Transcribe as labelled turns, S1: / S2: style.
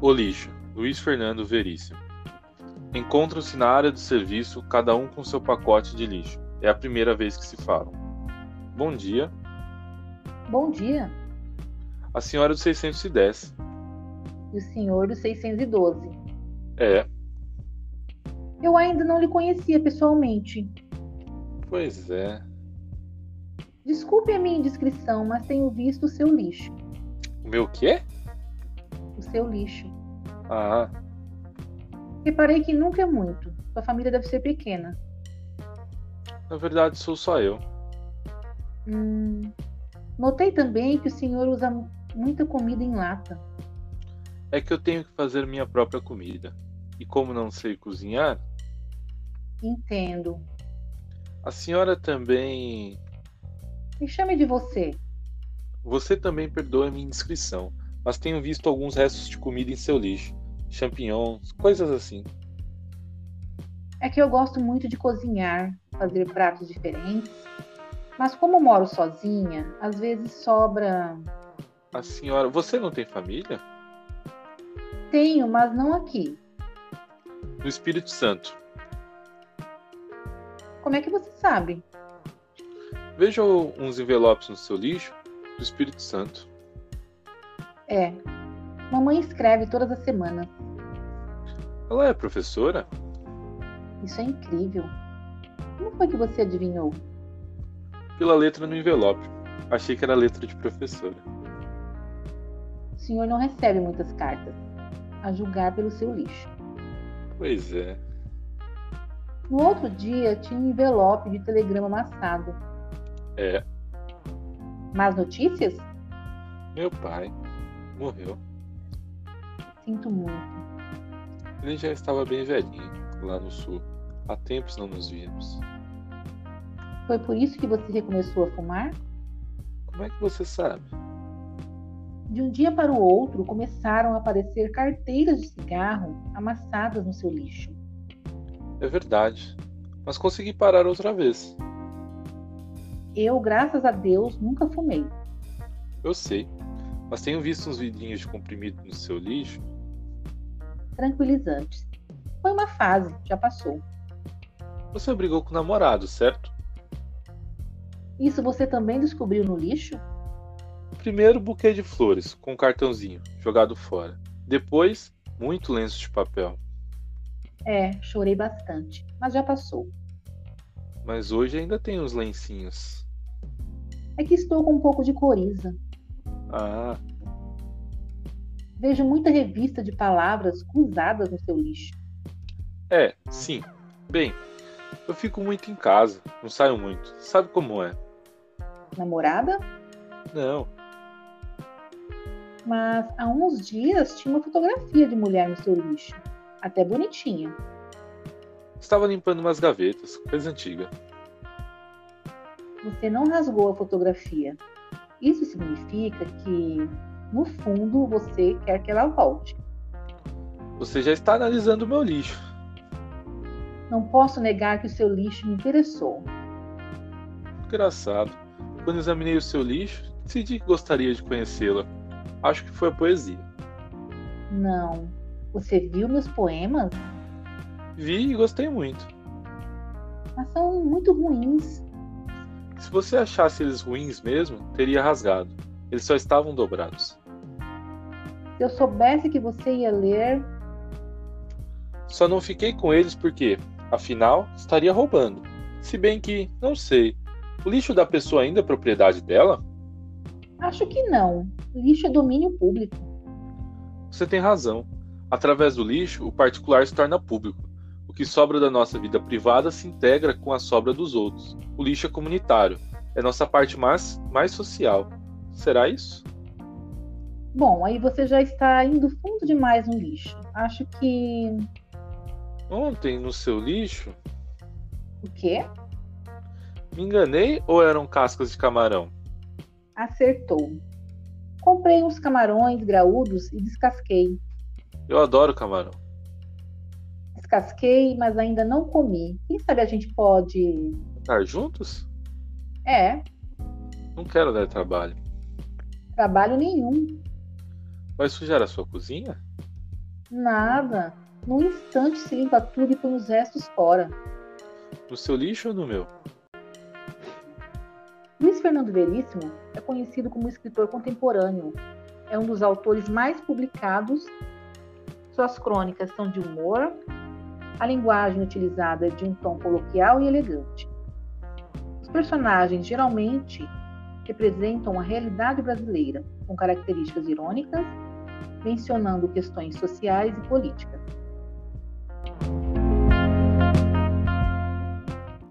S1: O lixo, Luiz Fernando Veríssimo. Encontram-se na área de serviço, cada um com seu pacote de lixo. É a primeira vez que se falam. Bom dia.
S2: Bom dia.
S1: A senhora do 610.
S2: E o senhor do 612.
S1: É,
S2: Eu ainda não lhe conhecia pessoalmente.
S1: pois é.
S2: Desculpe a minha indiscrição, mas tenho visto o seu lixo.
S1: O meu quê?
S2: O seu lixo.
S1: Ah,
S2: Reparei que nunca é muito. Sua família deve ser pequena.
S1: na verdade sou só eu.
S2: Hum. Notei também que o senhor usa mu- muita comida em lata.
S1: É que eu tenho que fazer minha própria comida. E como não sei cozinhar,
S2: Entendo.
S1: a senhora também.
S2: Me chame de você.
S1: Você também perdoa a minha indiscrição, mas tenho visto alguns restos de comida em seu lixo champignons, coisas assim.
S2: É que eu gosto muito de cozinhar, fazer pratos diferentes. Mas como moro sozinha, às vezes sobra.
S1: A senhora. Você não tem família?
S2: Tenho, mas não aqui.
S1: No Espírito Santo.
S2: Como é que você sabe?
S1: Veja uns envelopes no seu lixo do Espírito Santo.
S2: É. Mamãe escreve todas as semanas.
S1: Ela é professora?
S2: Isso é incrível. Como foi que você adivinhou?
S1: Pela letra no envelope. Achei que era letra de professora.
S2: O senhor não recebe muitas cartas, a julgar pelo seu lixo.
S1: Pois é.
S2: No outro dia, tinha um envelope de telegrama amassado.
S1: É,
S2: Más notícias?
S1: meu pai morreu.
S2: Sinto muito.
S1: Ele já estava bem velhinho, lá no sul. Há tempos não nos víamos.
S2: Foi por isso que você recomeçou a fumar?
S1: Como é que você sabe?
S2: De um dia para o outro, começaram a aparecer carteiras de cigarro amassadas no seu lixo.
S1: É verdade. Mas consegui parar outra vez.
S2: Eu, graças a Deus, nunca fumei.
S1: Eu sei. Mas tenho visto uns vidinhos de comprimido no seu lixo.
S2: Tranquilizantes. Foi uma fase, já passou.
S1: Você brigou com o namorado, certo?
S2: Isso você também descobriu no lixo?
S1: Primeiro buquê de flores, com um cartãozinho, jogado fora. Depois, muito lenço de papel.
S2: É, chorei bastante, mas já passou.
S1: Mas hoje ainda tem uns lencinhos.
S2: É que estou com um pouco de coriza.
S1: Ah,
S2: Vejo muita revista de palavras cruzadas no seu lixo.
S1: é, sim. Bem, eu fico muito em casa, não saio muito. Sabe como é?
S2: Namorada?
S1: Não,
S2: Mas há uns dias tinha uma fotografia de mulher no seu lixo. Até bonitinha.
S1: estava limpando umas gavetas, coisa antiga.
S2: Você não rasgou a fotografia. Isso significa que, no fundo, você quer que ela volte.
S1: Você já está analisando o meu lixo.
S2: Não posso negar que o seu lixo me interessou.
S1: Engraçado. Quando examinei o seu lixo, decidi que gostaria de conhecê-la. Acho que foi a poesia.
S2: Não. Você viu meus poemas?
S1: Vi e gostei muito.
S2: Mas são muito ruins.
S1: Se você achasse eles ruins mesmo, teria rasgado. Eles só estavam dobrados.
S2: Se eu soubesse que você ia ler,
S1: Só não fiquei com eles porque, afinal, estaria roubando. Se bem que, não sei, o lixo da pessoa ainda é propriedade dela?
S2: acho que não. Lixo é domínio público.
S1: Você tem razão. Através do lixo, o particular se torna público. O que sobra da nossa vida privada se integra com a sobra dos outros. O lixo é comunitário. É nossa parte mais, mais social. Será isso?
S2: Bom, aí você já está indo fundo demais no lixo. Acho que.
S1: Ontem, no seu lixo,
S2: O quê?
S1: me enganei ou eram cascas de camarão?
S2: Acertou. Comprei uns camarões graúdos e descasquei.
S1: Eu adoro camarão.
S2: Descasquei, mas ainda não comi. Quem sabe a gente pode.
S1: Estar Ah, juntos?
S2: É,
S1: Não quero dar trabalho.
S2: trabalho nenhum.
S1: Vai sujar a sua cozinha?
S2: Nada. Num instante se limpa tudo e põe os restos fora.
S1: No seu lixo ou no meu?
S2: Luiz Fernando Veríssimo é conhecido como escritor contemporâneo. É um dos autores mais publicados. Suas crônicas são de humor, a linguagem utilizada é de um tom coloquial e elegante. Os personagens geralmente representam a realidade brasileira, com características irônicas, mencionando questões sociais e políticas.